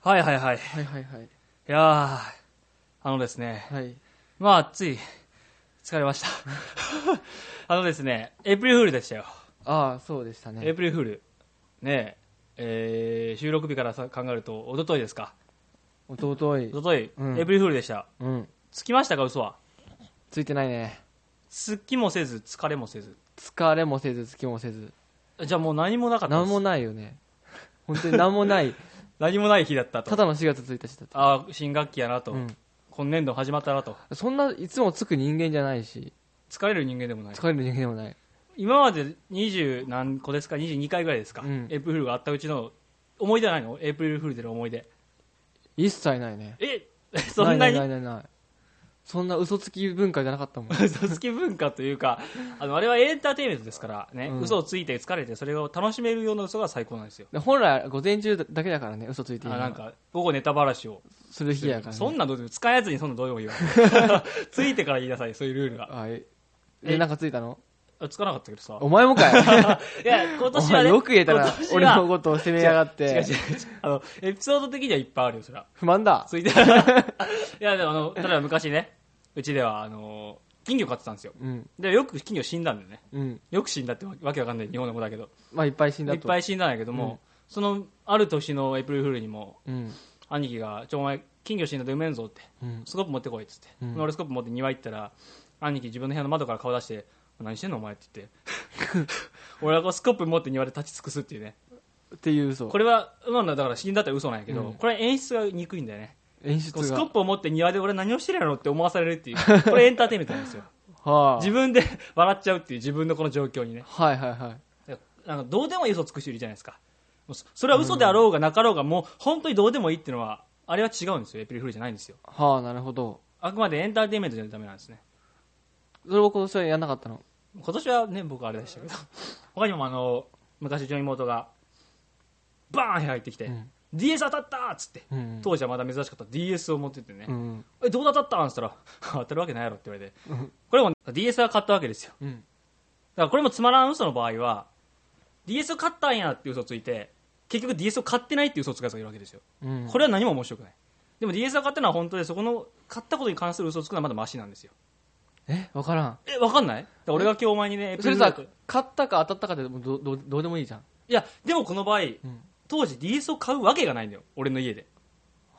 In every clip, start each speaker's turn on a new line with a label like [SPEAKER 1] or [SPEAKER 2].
[SPEAKER 1] はいはいはい。い
[SPEAKER 2] はいはいはい。
[SPEAKER 1] やー、あのですね、
[SPEAKER 2] はい。
[SPEAKER 1] まあ、つい、疲れま した。あのですね、エイプリルフールでしたよ。
[SPEAKER 2] ああ、そうでした
[SPEAKER 1] エイ
[SPEAKER 2] ね。
[SPEAKER 1] プリルフール。ねえ、えー収録日からさ考えると、おとといですか。
[SPEAKER 2] おととい
[SPEAKER 1] お。ととい、
[SPEAKER 2] うん
[SPEAKER 1] エイプリルフールでした。
[SPEAKER 2] うん。
[SPEAKER 1] つきましたか、嘘は。
[SPEAKER 2] ついてないね。
[SPEAKER 1] すっきもせず、疲れもせず。
[SPEAKER 2] 疲れもせず、つきもせず。
[SPEAKER 1] じゃあもう何もなかったで
[SPEAKER 2] なん
[SPEAKER 1] す
[SPEAKER 2] もないよね。 本当になんもない。
[SPEAKER 1] 何もない日だった
[SPEAKER 2] た
[SPEAKER 1] と。
[SPEAKER 2] だの4月1日だった。
[SPEAKER 1] ああ、新学期やなと、
[SPEAKER 2] うん。
[SPEAKER 1] 今年度始まったなと。
[SPEAKER 2] そんないつもつく人間じゃないし、
[SPEAKER 1] 疲れる人間でもない。
[SPEAKER 2] 疲れる人間でもない。
[SPEAKER 1] 今まで20何個ですか22回ぐらいですか、
[SPEAKER 2] うん
[SPEAKER 1] エイプリルフールがあったうちの思い出ないのエイプリルフールでの思い出
[SPEAKER 2] 一切ないね。
[SPEAKER 1] え そんなに
[SPEAKER 2] いいないないない。そんな嘘つき文化じゃなかった もん。
[SPEAKER 1] 嘘つき文化というかあのあれはエンターテインメントですからね、
[SPEAKER 2] うん
[SPEAKER 1] 嘘をついて疲れてそれを楽しめるような嘘が最高なんですよ
[SPEAKER 2] で本来、午前中だけだからね、嘘ついて
[SPEAKER 1] あ
[SPEAKER 2] いいのは
[SPEAKER 1] なんか午後ネタばらしを
[SPEAKER 2] する日やから、ね。
[SPEAKER 1] そんなどうでも使えずにそんなどうでも いいわついてから言いなさいそういうルールが
[SPEAKER 2] あえ、
[SPEAKER 1] え
[SPEAKER 2] でなんかついたの
[SPEAKER 1] あつかなかったけどさ
[SPEAKER 2] お前もかい
[SPEAKER 1] いや今年
[SPEAKER 2] お
[SPEAKER 1] は
[SPEAKER 2] 前
[SPEAKER 1] ね
[SPEAKER 2] よく言えた
[SPEAKER 1] 今
[SPEAKER 2] な
[SPEAKER 1] 年は
[SPEAKER 2] 俺のことを責めやがっ
[SPEAKER 1] 違う違う違
[SPEAKER 2] て。
[SPEAKER 1] うあのエピソード的にはいっぱいあるよそれは
[SPEAKER 2] 不満だ。
[SPEAKER 1] ついていやでもあの例えば昔ねうちではあの金魚飼ってたんですよ
[SPEAKER 2] うん。
[SPEAKER 1] でよく金魚死んだんだよね
[SPEAKER 2] うん。
[SPEAKER 1] よく死んだってわわけわかんない日本の子だけど
[SPEAKER 2] まあ、いっぱい死んだ
[SPEAKER 1] い
[SPEAKER 2] と。
[SPEAKER 1] っぱい死んだんだけども、
[SPEAKER 2] うん
[SPEAKER 1] そのある年のエイプリルフールにも
[SPEAKER 2] うん。
[SPEAKER 1] 兄貴が「ちょお前金魚死んだと埋めんぞ」って
[SPEAKER 2] うん
[SPEAKER 1] 「スコープ持ってこい」っつって、
[SPEAKER 2] うん
[SPEAKER 1] 俺スコープ持って庭行ったら兄貴自分の部屋の窓から顔出して「何してんのお前」って 言って俺はこうスコープ持って庭で立ち尽くすっていうね
[SPEAKER 2] っていう嘘。
[SPEAKER 1] これは今のだから死んだったら嘘なんやけど、
[SPEAKER 2] うん
[SPEAKER 1] これは演出が憎いんだよね
[SPEAKER 2] 演出
[SPEAKER 1] こうス
[SPEAKER 2] が。
[SPEAKER 1] コップを持って庭で俺何をしてるやろって思わされるって いう、これエンターテインメントなんですよ。
[SPEAKER 2] はあ、
[SPEAKER 1] 自分で 笑っちゃうっていう自分のこの状況にね。
[SPEAKER 2] はいはいはい。
[SPEAKER 1] なんかどうでもいい嘘つく人いるじゃないですか。もうそそれは嘘であろうがなかろうがもう本当にどうでもいいっていうのは、あれは違うんですよ。エイプリルフールじゃないんですよ。
[SPEAKER 2] はあ、なるほど。
[SPEAKER 1] あくまでエンターテインメントじゃダメなんですね。
[SPEAKER 2] それを今年はやんなかったの。
[SPEAKER 1] 今年はね、僕あれでしたけど。 他にもあの、昔うちの妹が、バーン部屋入ってきて、
[SPEAKER 2] うん
[SPEAKER 1] DS 当たったーっつって。
[SPEAKER 2] うん。
[SPEAKER 1] 当時はまだ珍しかった DS を持ってってね、
[SPEAKER 2] うん。
[SPEAKER 1] え、どうだ当たったんって言ったら、当 たるわけないやろって言われて、これも DS が買ったわけですよ。
[SPEAKER 2] うん。
[SPEAKER 1] だからこれもつまらん嘘の場合は、DS を買ったんやって嘘ついて、結局 DS を買ってないっていう嘘つかがいるわけですよ。
[SPEAKER 2] うん。
[SPEAKER 1] これは何も面白くない。でも DS を買ったのは本当で、そこの買ったことに関する嘘をつくのはまだマシなんですよ。
[SPEAKER 2] え、わからん。
[SPEAKER 1] え、わかんないだから俺が今日お前にね、エ
[SPEAKER 2] そ
[SPEAKER 1] プリ
[SPEAKER 2] れ
[SPEAKER 1] ルフー
[SPEAKER 2] さ
[SPEAKER 1] ルと、
[SPEAKER 2] 勝ったか当たったかでもどどどうでもいいじゃん。
[SPEAKER 1] いや、でもこの場合、
[SPEAKER 2] ん
[SPEAKER 1] 当時 DS を買うわけがないんだよ。俺の家で。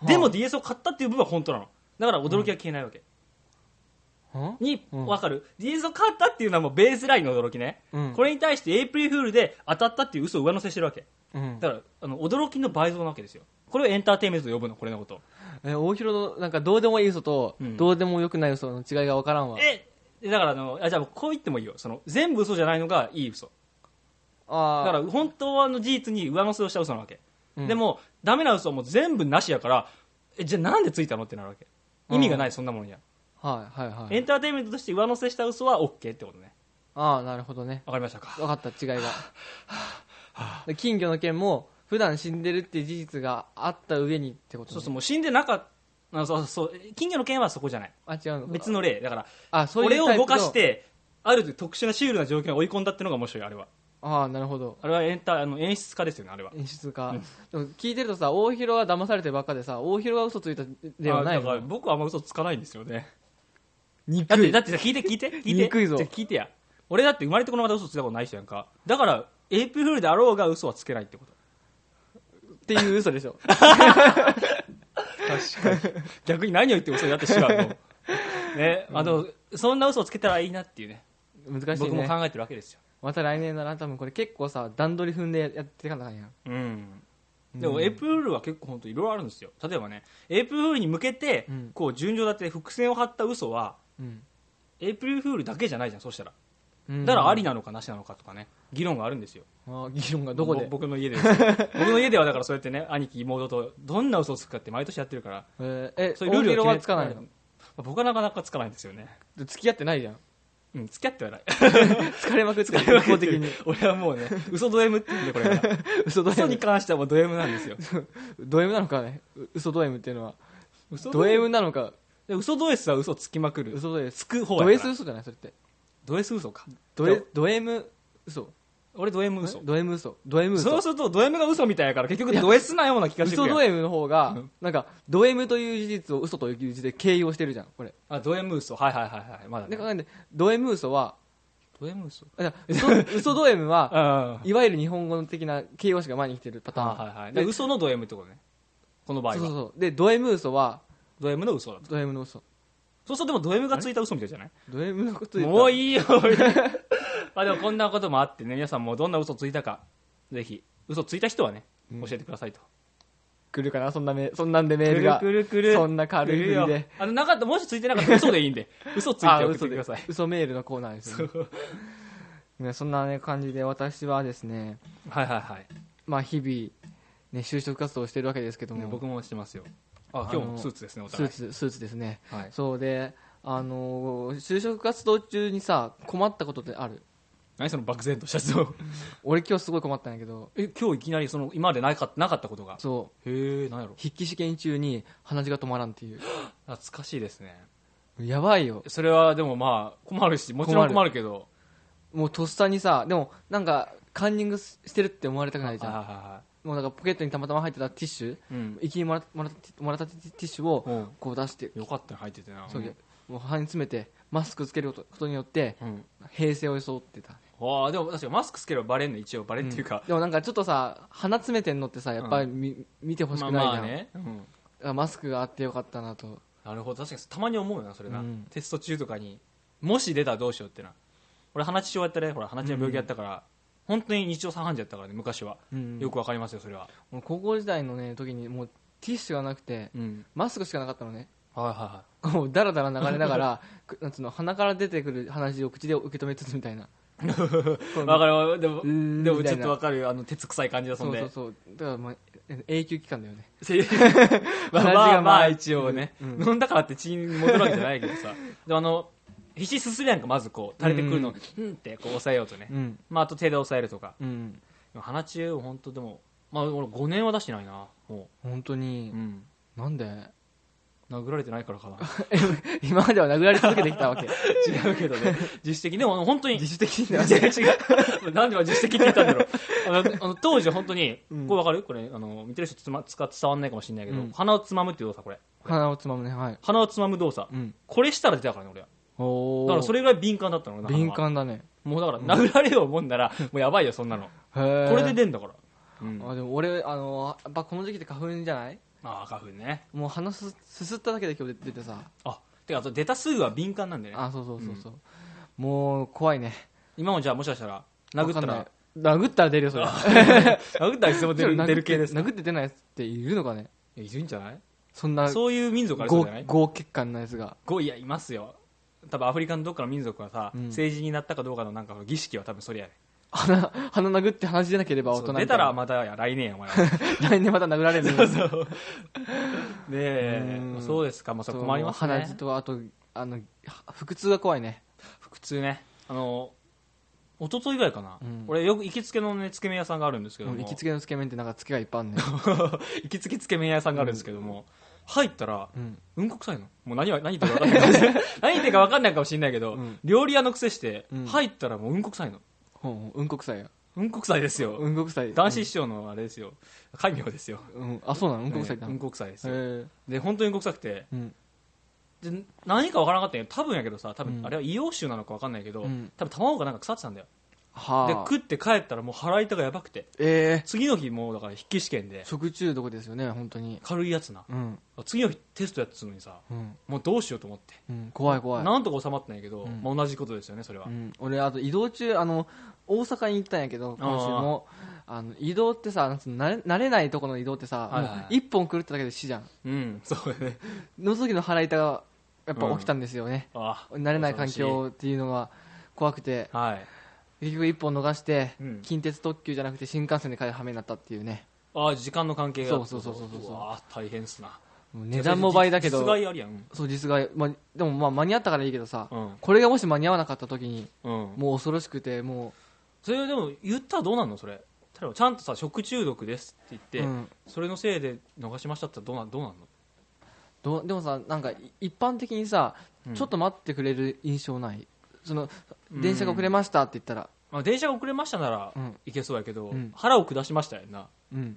[SPEAKER 1] でも DS を買ったっていう部分は本当なの。だから驚きは消えないわけ。
[SPEAKER 2] は
[SPEAKER 1] に、
[SPEAKER 2] うん
[SPEAKER 1] わかる ?DS を買ったっていうのはもうベースラインの驚きね。
[SPEAKER 2] うん
[SPEAKER 1] これに対してエイプリルフールで当たったっていう嘘を上乗せしてるわけ。
[SPEAKER 2] あうん。
[SPEAKER 1] だから、あの、驚きの倍増なわけですよ。これをエンターテインメントと呼ぶの、これのこと。
[SPEAKER 2] え、大広の、なんかどうでもいい嘘と、
[SPEAKER 1] うん
[SPEAKER 2] どうでもよくない嘘の違いがわからんわ。
[SPEAKER 1] えでだからあの、あじゃあこう言ってもいいよ。その、全部嘘じゃないのがいい嘘。
[SPEAKER 2] あ
[SPEAKER 1] だ
[SPEAKER 2] あ。
[SPEAKER 1] から、本当はあの事実に上乗せをした嘘なわけ。
[SPEAKER 2] うん
[SPEAKER 1] でも、ダメな嘘はもう全部なしやから、え、じゃあなんでついたのってなるわけ。意味がない、そんなものには。
[SPEAKER 2] はいはいは
[SPEAKER 1] エ
[SPEAKER 2] い。
[SPEAKER 1] ンターテインメントとして上乗せした嘘は OK ってことね。
[SPEAKER 2] ああ、なるほどね。
[SPEAKER 1] わかりましたか
[SPEAKER 2] 分かった違いが金魚の件も普段死んでるっていう事実があった上にってこと、ね、
[SPEAKER 1] そうそう、もう死んでなかった、あそうそう、金魚の件はそこじゃない。
[SPEAKER 2] あ違うのか
[SPEAKER 1] 別の例。だから、
[SPEAKER 2] あそうい
[SPEAKER 1] 俺
[SPEAKER 2] う
[SPEAKER 1] を
[SPEAKER 2] タイプ
[SPEAKER 1] 動
[SPEAKER 2] の
[SPEAKER 1] かして、ある特殊なシュールな状況に追い込んだってのが面白い、あれは。
[SPEAKER 2] ああなるほど
[SPEAKER 1] あれはエンタあの演出家ですよね、あれは。
[SPEAKER 2] 演出家、でも聞いてるとさ大広は騙されてばっかでさ大広が嘘ついたではない
[SPEAKER 1] あだから
[SPEAKER 2] の
[SPEAKER 1] 僕はあんま嘘つかないんですよね。だっ
[SPEAKER 2] 憎
[SPEAKER 1] て、
[SPEAKER 2] い
[SPEAKER 1] だってさ、聞いて、聞いて、聞いて。
[SPEAKER 2] 憎いぞ
[SPEAKER 1] じゃあ聞いてや。俺だって生まれてこのまま嘘ついたことない人やんか。だから、エイプリルフールであろうが嘘はつけないってこと。
[SPEAKER 2] っていう嘘でしょ
[SPEAKER 1] 確かに。逆に何を言っても嘘になってしまうの。 ね、あの、そんな嘘をつけたらいいなっていうね。
[SPEAKER 2] 難しい
[SPEAKER 1] 僕も
[SPEAKER 2] ね
[SPEAKER 1] 考えてるわけですよ。
[SPEAKER 2] また来年だな多分これ結構さ段取り踏んでやっていかなあかんやん
[SPEAKER 1] うんでもエイプリルフールは結構本当いろいろあるんですよ例えばねエイプリルフールに向けて
[SPEAKER 2] うん
[SPEAKER 1] こう順序立て伏線を張った嘘は
[SPEAKER 2] うん
[SPEAKER 1] エイプリルフールだけじゃないじゃんそしたら
[SPEAKER 2] うん
[SPEAKER 1] だからありなのかなしなのかとかね議論があるんですよ
[SPEAKER 2] あー議論がどこで
[SPEAKER 1] ぼ僕の家 でですよ僕の家ではだからそうやってね兄貴妹とどんな嘘をつくかって毎年やってるから
[SPEAKER 2] えー、え
[SPEAKER 1] そういう
[SPEAKER 2] 大
[SPEAKER 1] ルール
[SPEAKER 2] 広
[SPEAKER 1] を
[SPEAKER 2] は
[SPEAKER 1] 決め
[SPEAKER 2] つかないうの
[SPEAKER 1] ん僕はなかなかつかないんですよね
[SPEAKER 2] 付き合ってな いじゃん
[SPEAKER 1] うん付き合ってはない
[SPEAKER 2] 疲れまくってる 一方的に
[SPEAKER 1] 俺はもうね嘘ド M って言うんで これが
[SPEAKER 2] 嘘だ
[SPEAKER 1] 嘘
[SPEAKER 2] よ
[SPEAKER 1] に関してはもうド M なんですよ
[SPEAKER 2] ド M なのかねう嘘ド M っていうのは
[SPEAKER 1] 嘘
[SPEAKER 2] ド M なのか
[SPEAKER 1] で嘘ド S は嘘つきまくる
[SPEAKER 2] 嘘ド S
[SPEAKER 1] つく方やか
[SPEAKER 2] ド
[SPEAKER 1] ら
[SPEAKER 2] S 嘘じゃないそれって
[SPEAKER 1] ド S 嘘か
[SPEAKER 2] ド S ド M 嘘
[SPEAKER 1] 俺ド M 嘘
[SPEAKER 2] ド M 嘘ド M
[SPEAKER 1] そう
[SPEAKER 2] 嘘
[SPEAKER 1] するとド M が嘘みたいやから結局ド S なような気がしてく
[SPEAKER 2] 嘘
[SPEAKER 1] るやん
[SPEAKER 2] ド M の方が
[SPEAKER 1] うん
[SPEAKER 2] なんかド M という事実を嘘という字で形容してるじゃんこれ
[SPEAKER 1] あド M 嘘はいはいはいはいまだ
[SPEAKER 2] で
[SPEAKER 1] ね
[SPEAKER 2] 考えてド M 嘘は
[SPEAKER 1] ド M 嘘
[SPEAKER 2] あ 嘘嘘ド M は
[SPEAKER 1] あ
[SPEAKER 2] いわゆる日本語的な形容詞が前に来てるパタ
[SPEAKER 1] あ
[SPEAKER 2] ーン
[SPEAKER 1] はいはいで嘘のド M ってことねこの場合
[SPEAKER 2] そうそう
[SPEAKER 1] は
[SPEAKER 2] そうでド M 嘘は
[SPEAKER 1] ド M の嘘だと
[SPEAKER 2] ド M の嘘
[SPEAKER 1] そうするとでもド M がついた嘘みたいじゃない
[SPEAKER 2] ド M のこと言った
[SPEAKER 1] もういいよ まあでもこんなこともあってね皆さんもどんな嘘ついたかぜひ嘘ついた人はね
[SPEAKER 2] うん
[SPEAKER 1] 教えてくださいと
[SPEAKER 2] 来るかなそんなめそんなんでメ
[SPEAKER 1] く
[SPEAKER 2] ールが
[SPEAKER 1] るくるくる
[SPEAKER 2] そんな軽い振り
[SPEAKER 1] 来るよ
[SPEAKER 2] で
[SPEAKER 1] あのなかったもしついてなかったら嘘でいいんで嘘つい
[SPEAKER 2] あ
[SPEAKER 1] て送っ
[SPEAKER 2] 嘘
[SPEAKER 1] て
[SPEAKER 2] で
[SPEAKER 1] ください
[SPEAKER 2] 嘘メールのコーナーですねねそんな、ね、感じで私はですね、
[SPEAKER 1] はいはいはい
[SPEAKER 2] まあ、日々、ね、就職活動をしてるわけですけども、
[SPEAKER 1] ね僕もしてますよあ今日もスーツですねお
[SPEAKER 2] スー
[SPEAKER 1] 互い
[SPEAKER 2] ツスーツですね
[SPEAKER 1] はい
[SPEAKER 2] そうであのー就職活動中にさ困ったことってある
[SPEAKER 1] 何その漠然とした質問
[SPEAKER 2] 俺今日すごい困ったんやけど
[SPEAKER 1] え今日いきなりその今までなかなかったことが
[SPEAKER 2] そ
[SPEAKER 1] へえ何やろ
[SPEAKER 2] う筆記試験中に鼻血が止まらんっていう
[SPEAKER 1] 懐かしいですね
[SPEAKER 2] やばいよ
[SPEAKER 1] それはでもまあ困るしもちろん困るけど
[SPEAKER 2] もうとっさにさでもなんかカンニングしてるって思われたくないじ
[SPEAKER 1] はい
[SPEAKER 2] ゃ
[SPEAKER 1] はいは
[SPEAKER 2] んもうなんかポケットにたまたま入ってたティッシュ
[SPEAKER 1] いうん
[SPEAKER 2] 一気にもらもらったもらったティッシュを
[SPEAKER 1] うん
[SPEAKER 2] こう出して
[SPEAKER 1] よかったね入っててな
[SPEAKER 2] そうでもう鼻に詰めてマスクつけることことによって
[SPEAKER 1] うん
[SPEAKER 2] 平静を装ってた
[SPEAKER 1] ああでも確かにマスクつければバレんの一応バレんっていうか、
[SPEAKER 2] でもなんかちょっとさ鼻詰めてんのってさやっぱり見,、見てほし
[SPEAKER 1] ま
[SPEAKER 2] くな
[SPEAKER 1] あ
[SPEAKER 2] いじゃん、
[SPEAKER 1] まあね、うん、
[SPEAKER 2] あマスクがあってよかったなと
[SPEAKER 1] なるほど確かにたまに思うよなそれな、
[SPEAKER 2] うん
[SPEAKER 1] テスト中とかにもし出たらどうしようってな俺鼻血症やったねほら鼻血の病気やったから、本当に日常茶飯事やったからね昔は、
[SPEAKER 2] うん
[SPEAKER 1] よくわかりますよそれは、
[SPEAKER 2] もう高校時代のね時にもうティッシュがなくて
[SPEAKER 1] うん、
[SPEAKER 2] マスクしかなかったのね
[SPEAKER 1] はいはいは
[SPEAKER 2] こうダラダラ流れなが らくなんつうの鼻から出てくる話を口で受け止めつつ みたいない
[SPEAKER 1] わかるでも
[SPEAKER 2] うーん
[SPEAKER 1] でも
[SPEAKER 2] み
[SPEAKER 1] ちょ
[SPEAKER 2] たい
[SPEAKER 1] っ
[SPEAKER 2] な
[SPEAKER 1] とわかるよあの鉄臭い感じだそ
[SPEAKER 2] そ
[SPEAKER 1] ん
[SPEAKER 2] う
[SPEAKER 1] で
[SPEAKER 2] そうそうだから、まあ、え永久期間だよね
[SPEAKER 1] まあ
[SPEAKER 2] 鼻血が
[SPEAKER 1] まあまあ
[SPEAKER 2] 回る
[SPEAKER 1] 一応ね、
[SPEAKER 2] うん
[SPEAKER 1] 飲んだからって血に戻るわけじゃないけど さでもあの皮脂すすりやんかまずこう垂れてくるのをうんってこう抑えようとね、
[SPEAKER 2] うん
[SPEAKER 1] まあ、あと手で抑えるとか
[SPEAKER 2] うん
[SPEAKER 1] でも鼻血を本当でも、まあ、俺5年は出してないなも
[SPEAKER 2] 本当
[SPEAKER 1] う、
[SPEAKER 2] に、
[SPEAKER 1] ん、
[SPEAKER 2] なんで
[SPEAKER 1] 殴られてないからかな
[SPEAKER 2] 今までは殴られ続けてきたわけ
[SPEAKER 1] 違うけど ね自主的にでもあの本当に
[SPEAKER 2] 自主的に
[SPEAKER 1] 違う違うなんで自主的って言ったんだろうあのあの当時本当に、
[SPEAKER 2] うん
[SPEAKER 1] これわかるこれあの見てる人つ、ま、つか伝わんないかもしれないけど、
[SPEAKER 2] うん
[SPEAKER 1] 鼻をつまむっていう動作これ
[SPEAKER 2] 鼻をつまむねはい、
[SPEAKER 1] 鼻をつまむ動作、
[SPEAKER 2] うん、
[SPEAKER 1] これしたら出たからね俺は
[SPEAKER 2] お
[SPEAKER 1] だか
[SPEAKER 2] お
[SPEAKER 1] らそれぐらい敏感だったの俺の鼻は
[SPEAKER 2] 敏感だね
[SPEAKER 1] もうだから殴られようもんならもうやばいよそんなの、
[SPEAKER 2] へえ
[SPEAKER 1] これで出んだから、うん
[SPEAKER 2] あでも俺あのやっぱこの時期って花粉じゃない
[SPEAKER 1] ああ花粉ね
[SPEAKER 2] もう鼻すすすっただけで今日出てさ
[SPEAKER 1] あてかあと出たすぐは敏感なんでね
[SPEAKER 2] あそうそうそうそう、もう怖いね
[SPEAKER 1] 今もじゃあもしかしたら殴ったら
[SPEAKER 2] わかんない殴ったら出るよそ れ
[SPEAKER 1] 殴ったらいつでも出
[SPEAKER 2] そ
[SPEAKER 1] る
[SPEAKER 2] れ
[SPEAKER 1] 出る系です
[SPEAKER 2] 殴って殴って出ないやつっているのかね
[SPEAKER 1] いやいるんじゃない
[SPEAKER 2] そんな
[SPEAKER 1] そういう民族あるじゃない
[SPEAKER 2] 豪血管のやつが
[SPEAKER 1] ごいやいますよ多分アフリカのどっかの民族はさ、
[SPEAKER 2] うん
[SPEAKER 1] 政治になったかどうかのなんか儀式は多分それやね
[SPEAKER 2] 鼻鼻殴って鼻血出なければ大
[SPEAKER 1] そ
[SPEAKER 2] 人
[SPEAKER 1] う
[SPEAKER 2] み
[SPEAKER 1] 出
[SPEAKER 2] いな
[SPEAKER 1] たらまたや来年やお前は
[SPEAKER 2] 来年また殴られるそう
[SPEAKER 1] そうねえ
[SPEAKER 2] うん
[SPEAKER 1] そうですかまあそれ困りますね
[SPEAKER 2] 鼻血とあとあの腹痛が怖いね
[SPEAKER 1] 腹痛ねあの一昨日ぐらいかな、
[SPEAKER 2] うん
[SPEAKER 1] 俺よく行きつけのねつけ麺屋さんがあるんですけども
[SPEAKER 2] 行きつけ のつけ麺ってなんかつけがいっぱいあるね、
[SPEAKER 1] 行きつけつけ麺屋さんがあるんですけども、入ったら
[SPEAKER 2] うん、
[SPEAKER 1] うんこ臭いのもう何は何言ってるか分かんない 何言ってるか分かんないかもしれないけど、
[SPEAKER 2] うん
[SPEAKER 1] 料理屋の癖して、
[SPEAKER 2] うん
[SPEAKER 1] 入ったらもううんこ臭いの
[SPEAKER 2] ほんほんうんこ臭いよ
[SPEAKER 1] うんこ臭いですよ、
[SPEAKER 2] うんこ臭い
[SPEAKER 1] 男子師匠のあれですよ戒名ですよ
[SPEAKER 2] うん、あそうなのうんこ臭い
[SPEAKER 1] ね
[SPEAKER 2] ってな
[SPEAKER 1] うん
[SPEAKER 2] の
[SPEAKER 1] こ臭いです
[SPEAKER 2] へ
[SPEAKER 1] よ
[SPEAKER 2] え
[SPEAKER 1] で本当にうんこ臭くて
[SPEAKER 2] うん
[SPEAKER 1] で何か分からなかったんやけど多分やけどさ多分、
[SPEAKER 2] うん
[SPEAKER 1] あれは硫黄臭なのか分かんないけど、
[SPEAKER 2] うん
[SPEAKER 1] 多分卵がなんか腐ってたんだよ
[SPEAKER 2] はあ
[SPEAKER 1] で食って帰ったらもう腹痛がやばくて
[SPEAKER 2] ええ
[SPEAKER 1] 次の日もうだから筆記試験で
[SPEAKER 2] 食中毒ですよね本当に
[SPEAKER 1] 軽いやつな
[SPEAKER 2] うん
[SPEAKER 1] 次の日テストやってたのにさ
[SPEAKER 2] うん、
[SPEAKER 1] もうどうしようと思って
[SPEAKER 2] うん、怖い怖い
[SPEAKER 1] なんとか収まってないけど、
[SPEAKER 2] うん
[SPEAKER 1] まあ、同じことですよねそれは、
[SPEAKER 2] うん、俺あと移動中あの大阪に行ったんやけど今週もあの移動ってさなんつうの慣れ慣れないとこの移動って
[SPEAKER 1] はい
[SPEAKER 2] さ、
[SPEAKER 1] はいはい
[SPEAKER 2] もう一本狂っただけで死じゃん
[SPEAKER 1] うん、そうだね。
[SPEAKER 2] の時の腹痛がやっぱ起きたんですよね、
[SPEAKER 1] あ
[SPEAKER 2] 慣れない環境っていうのが怖くて
[SPEAKER 1] あはい。
[SPEAKER 2] 結局一本逃して、
[SPEAKER 1] うん
[SPEAKER 2] 近鉄特急じゃなくて新幹線で帰る羽目になったっていうね
[SPEAKER 1] ああ、時間の関係が。
[SPEAKER 2] そうそうそうそうそう
[SPEAKER 1] わあ、大変っすな。
[SPEAKER 2] もう値段も倍だけど
[SPEAKER 1] 実害あるやん。
[SPEAKER 2] そう実害、まあ、でもまあ間に合ったからいいけどさ、
[SPEAKER 1] うん。
[SPEAKER 2] これがもし間に合わなかった時に
[SPEAKER 1] うん。
[SPEAKER 2] もう恐ろしくても
[SPEAKER 1] それでも、言ったらどうなんのそれ。例えば、ちゃんとさ、食中毒ですって言
[SPEAKER 2] う、
[SPEAKER 1] って、
[SPEAKER 2] うん
[SPEAKER 1] それのせいで逃しましたってどうなんどうなんの
[SPEAKER 2] どうでもさなんかい一般的にさ、
[SPEAKER 1] うん
[SPEAKER 2] ちょっと待ってくれる印象ないその
[SPEAKER 1] うん
[SPEAKER 2] 電車が遅れましたって言ったら、
[SPEAKER 1] あ電車が遅れましたなら
[SPEAKER 2] うん
[SPEAKER 1] いけそうやけど、
[SPEAKER 2] うん
[SPEAKER 1] 腹を下しましたよな
[SPEAKER 2] うん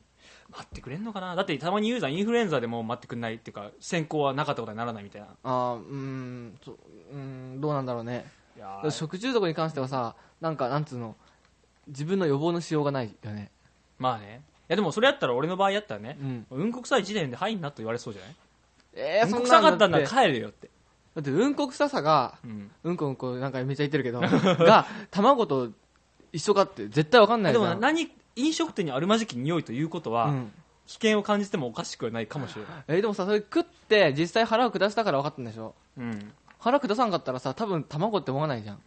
[SPEAKER 1] 待ってくれんのかなだってたまにユーザーインフルエンザでも待ってくれないっていうか先行はなかったことにならないみたいな
[SPEAKER 2] あーうーんそううーんどうなんだろうね
[SPEAKER 1] いやー
[SPEAKER 2] 食中毒に関してはさなんかなんつうの自分の予防のしようがないよね
[SPEAKER 1] まあねいやでもそれやったら俺の場合やったらね
[SPEAKER 2] う、ん
[SPEAKER 1] うん、こ臭い時点で「はいんな」と言われそうじゃない、
[SPEAKER 2] え
[SPEAKER 1] うんこ
[SPEAKER 2] な
[SPEAKER 1] 臭かったん
[SPEAKER 2] だ
[SPEAKER 1] な
[SPEAKER 2] って
[SPEAKER 1] ら帰れよって、
[SPEAKER 2] だってうんこ臭さが
[SPEAKER 1] うん、
[SPEAKER 2] うんこうんこなんかめっちゃ言ってるけ どが卵と一緒かって絶対わかんない
[SPEAKER 1] で
[SPEAKER 2] じゃん
[SPEAKER 1] も何飲食店にあるまじき匂いということは、
[SPEAKER 2] うん
[SPEAKER 1] 危険を感じてもおかしくはないかもしれない、
[SPEAKER 2] えでもさそれ食って実際腹を下したから分かったんでしょ
[SPEAKER 1] うん、い
[SPEAKER 2] 腹下さんかったらさ多分卵って思わないじゃん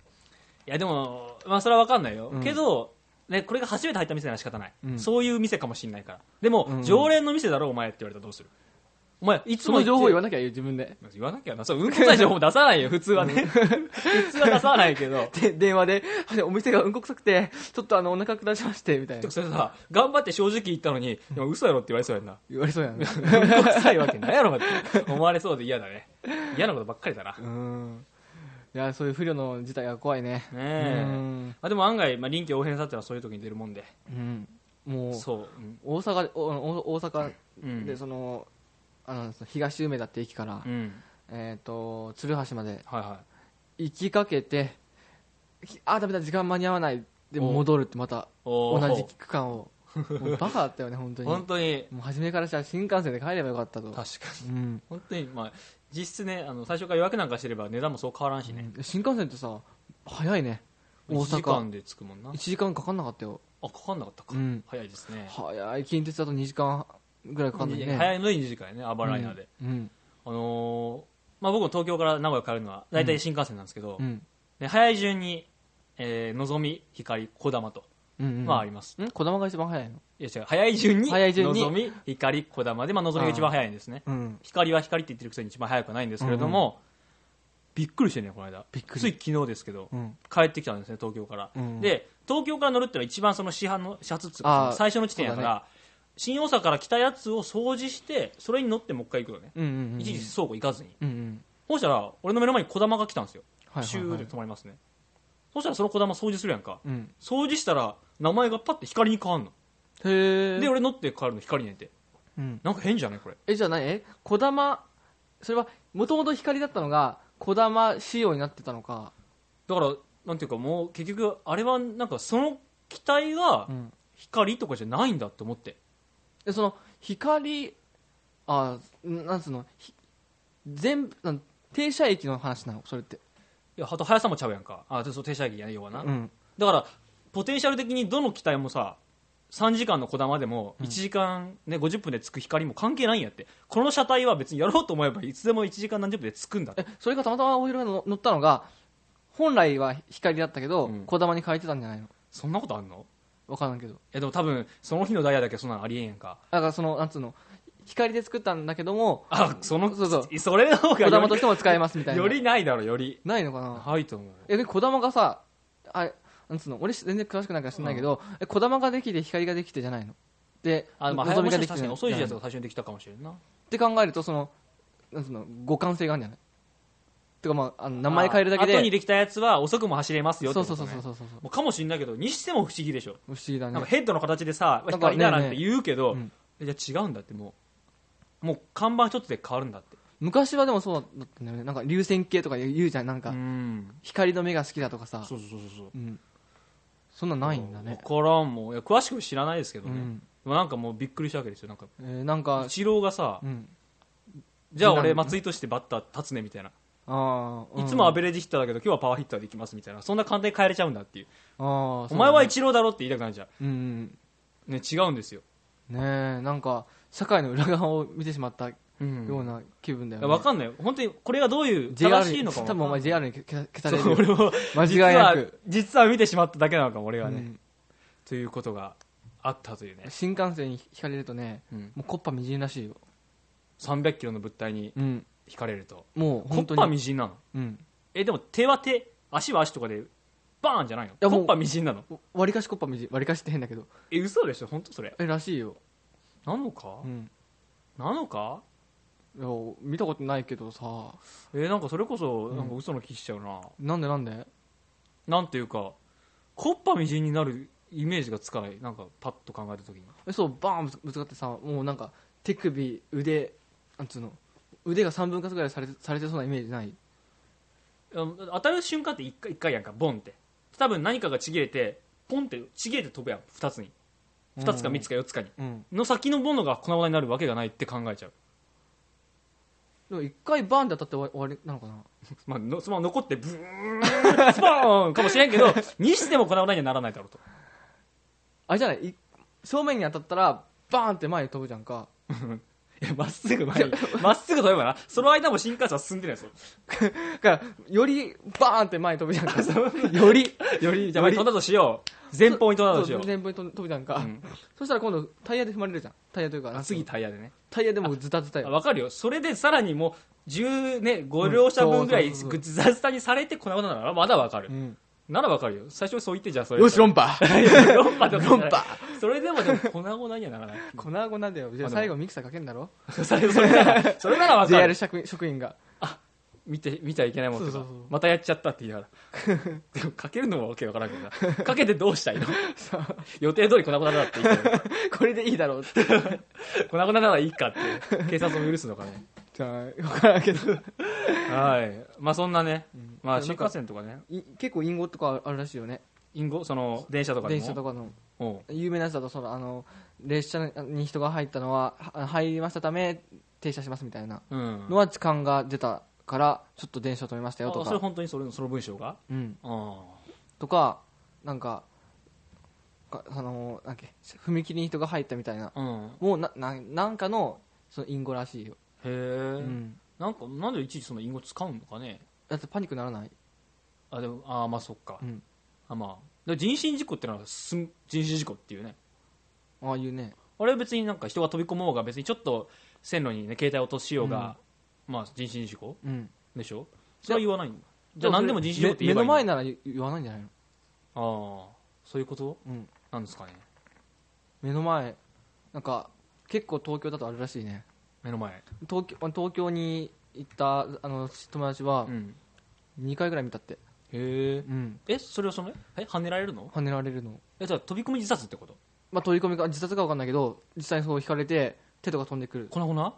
[SPEAKER 1] やでも、まあ、それは分かんないよ、
[SPEAKER 2] うん
[SPEAKER 1] けど、ね、これが初めて入った店なら仕方ない、
[SPEAKER 2] うん
[SPEAKER 1] そういう店かもしれないからでも、
[SPEAKER 2] うん
[SPEAKER 1] 常連の店だろお前って言われたらどうするお前いつ
[SPEAKER 2] そ
[SPEAKER 1] も
[SPEAKER 2] の
[SPEAKER 1] 行って
[SPEAKER 2] 情報言わなきゃいいよ自分で
[SPEAKER 1] 言わなきゃなそううんこ臭い情報出さ ないよ普通はね普通は出さないけど
[SPEAKER 2] で電話で「お店がうんこ臭くてちょっとあのお腹下しまして」みたい
[SPEAKER 1] で
[SPEAKER 2] な
[SPEAKER 1] もそれさ頑張って正直言ったのにでも嘘やろって言われそうやんな
[SPEAKER 2] 言われそうやんう
[SPEAKER 1] うんこ臭いわけないやろって思われそうで嫌だね嫌なことばっかりだなね
[SPEAKER 2] ーんいやそういう不慮の事態が怖いね
[SPEAKER 1] え
[SPEAKER 2] うん
[SPEAKER 1] あでも案外、まあ、臨機応変さってのはそういう時に出るもんで
[SPEAKER 2] うんもう
[SPEAKER 1] そう、うん
[SPEAKER 2] 大阪でおお大阪
[SPEAKER 1] うん
[SPEAKER 2] でその,、あのその東梅田って駅から、
[SPEAKER 1] うん、
[SPEAKER 2] えー、と鶴橋まで
[SPEAKER 1] はいは
[SPEAKER 2] 行きかけてひあーダメだ時間間に合わないで
[SPEAKER 1] お
[SPEAKER 2] 戻るってまた
[SPEAKER 1] いお
[SPEAKER 2] 同
[SPEAKER 1] ー
[SPEAKER 2] じ区間をもうバカだったよね本当に
[SPEAKER 1] 本当に
[SPEAKER 2] もう初めからしたら新幹線で帰ればよかったと
[SPEAKER 1] 確かに
[SPEAKER 2] うん
[SPEAKER 1] 本当にまあ実質ねあの最初から予約なんかしてれば値段もそう変わらんしね、
[SPEAKER 2] 新幹線ってさ早いね大
[SPEAKER 1] 1時
[SPEAKER 2] 阪
[SPEAKER 1] 間で着くもんな
[SPEAKER 2] 1時間かかんなかったよ
[SPEAKER 1] あかかんなかったか、
[SPEAKER 2] うん
[SPEAKER 1] 早いですね
[SPEAKER 2] 早い近鉄だと2時間ぐらいかかんない
[SPEAKER 1] い
[SPEAKER 2] ね
[SPEAKER 1] や早いのに2時間やねアバライナで、
[SPEAKER 2] うん
[SPEAKER 1] あのーまあ、僕も東京から名古屋帰るのは大体新幹線なんですけど、
[SPEAKER 2] うん
[SPEAKER 1] で早い順に、えーのぞみ光こだまと、
[SPEAKER 2] うんうん
[SPEAKER 1] まあ、あります
[SPEAKER 2] うん児玉が一番早いの
[SPEAKER 1] いや違う早い順に
[SPEAKER 2] 早い順に
[SPEAKER 1] のぞみ光こだまで、まあのぞみが一番早いんですね
[SPEAKER 2] うん
[SPEAKER 1] 光は光って言ってるくせに一番早くはないんですけれども、びっくりしてねこの間
[SPEAKER 2] びっくり
[SPEAKER 1] つい昨日ですけど、
[SPEAKER 2] うん
[SPEAKER 1] 帰ってきたんですね東京から、
[SPEAKER 2] うん
[SPEAKER 1] で東京から乗るってのは一番その市販の始発っつう
[SPEAKER 2] あ
[SPEAKER 1] か
[SPEAKER 2] ー
[SPEAKER 1] 最初の地点やから、新大阪から来たやつを掃除してそれに乗ってもう一回行くのね、
[SPEAKER 2] うんうんうん
[SPEAKER 1] 一時倉庫行かずに
[SPEAKER 2] うんうん
[SPEAKER 1] そうしたら俺の目の前に小玉が来たんですよ
[SPEAKER 2] はい
[SPEAKER 1] シ
[SPEAKER 2] はい
[SPEAKER 1] ュ
[SPEAKER 2] は
[SPEAKER 1] ーで
[SPEAKER 2] い
[SPEAKER 1] 止まりますねそうしたらその小玉掃除するやんか
[SPEAKER 2] うん
[SPEAKER 1] 掃除したら名前がパッて光に変わんの
[SPEAKER 2] へえ
[SPEAKER 1] で俺乗って帰るの光にねんて
[SPEAKER 2] うん
[SPEAKER 1] なんか変じゃないこれ
[SPEAKER 2] えじゃあ何え児玉それはもともと光だったのが児玉仕様になってたのか、
[SPEAKER 1] だからなんていうかもう結局あれはなんかその機体が
[SPEAKER 2] うん、
[SPEAKER 1] 光とかじゃないんだって思って
[SPEAKER 2] でその光あんなんつうのひ全部なん停車駅の話なのそれって
[SPEAKER 1] いやあと速さもちゃうやんかあそうそう停車駅やね要はな、
[SPEAKER 2] うん
[SPEAKER 1] だからポテンシャル的にどの機体もさ3時間のこだまでも1時間、ね50分で着く光も関係ないんやってこの車体は別にやろうと思えばいつでも1時間何十分で着くんだって
[SPEAKER 2] えそれがたまたまお昼の乗ったのが本来は光だったけど
[SPEAKER 1] うん
[SPEAKER 2] 児、玉に変えてたんじゃないの
[SPEAKER 1] そんなことあんの
[SPEAKER 2] 分からんけど
[SPEAKER 1] いやでも多分その日のダイヤだけそんなのありえんやんか
[SPEAKER 2] だからそのなんつうの光で作ったんだけども
[SPEAKER 1] あその
[SPEAKER 2] そうそう
[SPEAKER 1] それの方が
[SPEAKER 2] 児
[SPEAKER 1] よ
[SPEAKER 2] 玉
[SPEAKER 1] り
[SPEAKER 2] としても使えますみたいな
[SPEAKER 1] よりないだろより
[SPEAKER 2] ないのかな
[SPEAKER 1] はいと思う
[SPEAKER 2] えで児玉がさあなんつうの俺全然詳しくないから知んないけど、え児玉ができて光ができてじゃないので
[SPEAKER 1] あまあ
[SPEAKER 2] 望
[SPEAKER 1] 早
[SPEAKER 2] み
[SPEAKER 1] め
[SPEAKER 2] がで
[SPEAKER 1] し確
[SPEAKER 2] きて
[SPEAKER 1] か
[SPEAKER 2] じゃ
[SPEAKER 1] に
[SPEAKER 2] ない
[SPEAKER 1] 遅いやつ
[SPEAKER 2] っ
[SPEAKER 1] が最初にできたかもしれんな
[SPEAKER 2] て考えるとそのなんつうの互換性があるんじゃないてかまああの名前変えるだけ
[SPEAKER 1] あ後に
[SPEAKER 2] で
[SPEAKER 1] できたやつは遅くも走れますよって
[SPEAKER 2] そ
[SPEAKER 1] こと
[SPEAKER 2] うそう
[SPEAKER 1] ね
[SPEAKER 2] そうそうそうそう
[SPEAKER 1] もうかもしれないけどにしても不思議でしょ
[SPEAKER 2] 不思議だ
[SPEAKER 1] な
[SPEAKER 2] ね
[SPEAKER 1] んかヘッドの形でさ
[SPEAKER 2] なんか
[SPEAKER 1] 光だなんて言うけど、
[SPEAKER 2] ねね
[SPEAKER 1] いや違うんだってもうもう看板一つで変わるんだって
[SPEAKER 2] 昔はでもそうだったんだよねなんか流線形とか言うじゃんなんか、
[SPEAKER 1] うん
[SPEAKER 2] 光の目が好きだとかさ
[SPEAKER 1] そうそうそうそう
[SPEAKER 2] うんそんなんないんだね
[SPEAKER 1] 分からんもういや詳しく知らないですけど
[SPEAKER 2] う
[SPEAKER 1] ね、
[SPEAKER 2] ん、
[SPEAKER 1] でもなんかもうびっくりしたわけですよなんか
[SPEAKER 2] えーなんか
[SPEAKER 1] 一郎がさ、
[SPEAKER 2] うん
[SPEAKER 1] じゃあ俺松井としてバッター立つねみたいな、
[SPEAKER 2] あーう
[SPEAKER 1] い
[SPEAKER 2] ん
[SPEAKER 1] つもアベレージヒッターだけど今日はパワーヒッターでいきますみたいなそんな簡単に変えれちゃうんだっていう
[SPEAKER 2] あーそ
[SPEAKER 1] お
[SPEAKER 2] うだね
[SPEAKER 1] 前は一郎だろって言いたくなるじゃん
[SPEAKER 2] うんうん
[SPEAKER 1] ね違うんですよ、
[SPEAKER 2] ねえなんか社会の裏側を見てしまったよ
[SPEAKER 1] うん
[SPEAKER 2] うな気分だよね、
[SPEAKER 1] 分かんない本当にこれがどういう
[SPEAKER 2] JR
[SPEAKER 1] 正しいのかも
[SPEAKER 2] 多分お前 JR に消さ消され
[SPEAKER 1] そう
[SPEAKER 2] る
[SPEAKER 1] 俺
[SPEAKER 2] よ
[SPEAKER 1] も実
[SPEAKER 2] 間違いな
[SPEAKER 1] は
[SPEAKER 2] く、
[SPEAKER 1] 実は見てしまっただけなのかも俺
[SPEAKER 2] う
[SPEAKER 1] はね、
[SPEAKER 2] ん
[SPEAKER 1] ということがあったというね、
[SPEAKER 2] 新幹線に引かれるとね
[SPEAKER 1] うん、
[SPEAKER 2] もうコッパみじんらしいよ、
[SPEAKER 1] 300キロの物体に
[SPEAKER 2] うん、
[SPEAKER 1] 引かれると
[SPEAKER 2] もう
[SPEAKER 1] コ
[SPEAKER 2] 本当
[SPEAKER 1] ッ
[SPEAKER 2] に
[SPEAKER 1] パみじんなの
[SPEAKER 2] うん、
[SPEAKER 1] えでも手は手足は足とかでバーンじゃないの
[SPEAKER 2] や
[SPEAKER 1] コ
[SPEAKER 2] もう
[SPEAKER 1] ッパみじんなの
[SPEAKER 2] 割りかしコッパみじん割りかしって変だけど
[SPEAKER 1] え嘘でしょ本当それ
[SPEAKER 2] えらしいよ、
[SPEAKER 1] なのか、
[SPEAKER 2] うん、
[SPEAKER 1] なのか
[SPEAKER 2] いや見たことないけどさ
[SPEAKER 1] えなんかそれこそ
[SPEAKER 2] うん
[SPEAKER 1] なんか嘘の気しちゃうな、
[SPEAKER 2] なんでなんで
[SPEAKER 1] なんていうかコッパみじんになるイメージがつかないなんかパッと考えた時に
[SPEAKER 2] えそうバーンぶつぶつかってさもうなんか手首腕なんつうの腕が3分割ぐらいされてされてそうなイメージない
[SPEAKER 1] うん当たる瞬間って一回一回やんかボンって多分何かがちぎれてポンってちぎれて飛ぶやん2つに2つか3つか4つかに
[SPEAKER 2] うん
[SPEAKER 1] の先のものが粉々になるわけがないって考えちゃう、
[SPEAKER 2] でも1回バーンで当たって終わ終わりなのかな
[SPEAKER 1] まあ、のそのまま残ってブーンスポーンかも しれんけどにしても粉々にはならないだろうと
[SPEAKER 2] あれじゃないい正面に当たったらバーンって前に飛ぶじゃんか
[SPEAKER 1] いやまっすぐ前にまっすぐ飛べばなその間も新幹線は進んでないですよ
[SPEAKER 2] だからよりバーンって前に飛ぶじゃんか より
[SPEAKER 1] よりじゃあ前に飛んだとしよう前方に飛んだとしよ
[SPEAKER 2] そう前方に飛ぶ飛ぶじゃんか、
[SPEAKER 1] うん
[SPEAKER 2] そしたら今度タイヤで踏まれるじゃんタイヤというかなんつうの
[SPEAKER 1] 次タイヤでね
[SPEAKER 2] タイヤでもうズタズタ
[SPEAKER 1] あ
[SPEAKER 2] よ
[SPEAKER 1] わかるよそれでさらにもう10ね5両車分ぐら
[SPEAKER 2] う
[SPEAKER 1] い
[SPEAKER 2] んそうそうそう
[SPEAKER 1] ぐずざずたにされて粉々ならまだわかる
[SPEAKER 2] うん
[SPEAKER 1] ならわかるよ最初にそう言ってじゃあそれ
[SPEAKER 2] よし論破
[SPEAKER 1] 論破とかじゃない
[SPEAKER 2] 論破
[SPEAKER 1] それでもでも粉々にはな らない
[SPEAKER 2] 粉々だよじゃあ最後ミキサーかけんだろ
[SPEAKER 1] それそれならそれならわか
[SPEAKER 2] JR
[SPEAKER 1] る
[SPEAKER 2] 職員職員が
[SPEAKER 1] 見て見てはいけないもんと
[SPEAKER 2] そう
[SPEAKER 1] か
[SPEAKER 2] そうそう
[SPEAKER 1] またやっちゃったって言いながら でもかけるのもわけわからんけどなかけてどうしたいの予定通り粉々だって言って
[SPEAKER 2] これでいいだろうって
[SPEAKER 1] 粉々ならいいかって警察も許すのかね
[SPEAKER 2] じゃあ分からんけど
[SPEAKER 1] はいまあそんなね、まあ
[SPEAKER 2] で
[SPEAKER 1] 新
[SPEAKER 2] なんか
[SPEAKER 1] 幹線とかね
[SPEAKER 2] い結構隠語とかあるらしいよね
[SPEAKER 1] インゴその電車とかで
[SPEAKER 2] 電
[SPEAKER 1] も
[SPEAKER 2] 車とかの
[SPEAKER 1] おう
[SPEAKER 2] 有名なやつだとそのあの列車に人が入ったのはは入りましたため停車しますみたいな
[SPEAKER 1] うん
[SPEAKER 2] のは痴漢が出たからちょっと電車を止めましたよと
[SPEAKER 1] あそれ
[SPEAKER 2] か、
[SPEAKER 1] 本当にそれのその文章が
[SPEAKER 2] うん、
[SPEAKER 1] あ
[SPEAKER 2] とかなんかかあのなんだっけ踏切に人が入ったみたいな
[SPEAKER 1] あうんへ
[SPEAKER 2] もうなななんかのその隠語らしいよ、
[SPEAKER 1] え、
[SPEAKER 2] うん、
[SPEAKER 1] なんかなんでいちいちそのインゴ使うのかね
[SPEAKER 2] だってパニックならない
[SPEAKER 1] あでもあーまあそっか、
[SPEAKER 2] うん
[SPEAKER 1] あまあで人身事故ってのはすん人身事故っていうね
[SPEAKER 2] ああいうね
[SPEAKER 1] あれは別になんか人が飛び込もうが別にちょっと線路にね携帯落としようが、まあ人身事故
[SPEAKER 2] うん
[SPEAKER 1] でしょそれは言わないんだじゃあ何でも人身事故って言
[SPEAKER 2] 目
[SPEAKER 1] えばい
[SPEAKER 2] の
[SPEAKER 1] いの
[SPEAKER 2] 前なら言言わないんじゃないの、
[SPEAKER 1] ああそういうこと
[SPEAKER 2] うん、
[SPEAKER 1] なんですかね
[SPEAKER 2] 目の前なんか結構東京だとあるらしいね
[SPEAKER 1] 目の前
[SPEAKER 2] 東京東京に行ったあの友達は
[SPEAKER 1] うん
[SPEAKER 2] 2回ぐらい見たって、
[SPEAKER 1] へえ
[SPEAKER 2] うん、
[SPEAKER 1] えそれはそのえ跳ねられるの
[SPEAKER 2] 跳ねられるの、
[SPEAKER 1] えじゃあ飛び込み自殺ってこと
[SPEAKER 2] まあ、取り込みか自殺か分かんないけど実際にそう引かれて手とか飛んでくる
[SPEAKER 1] 粉々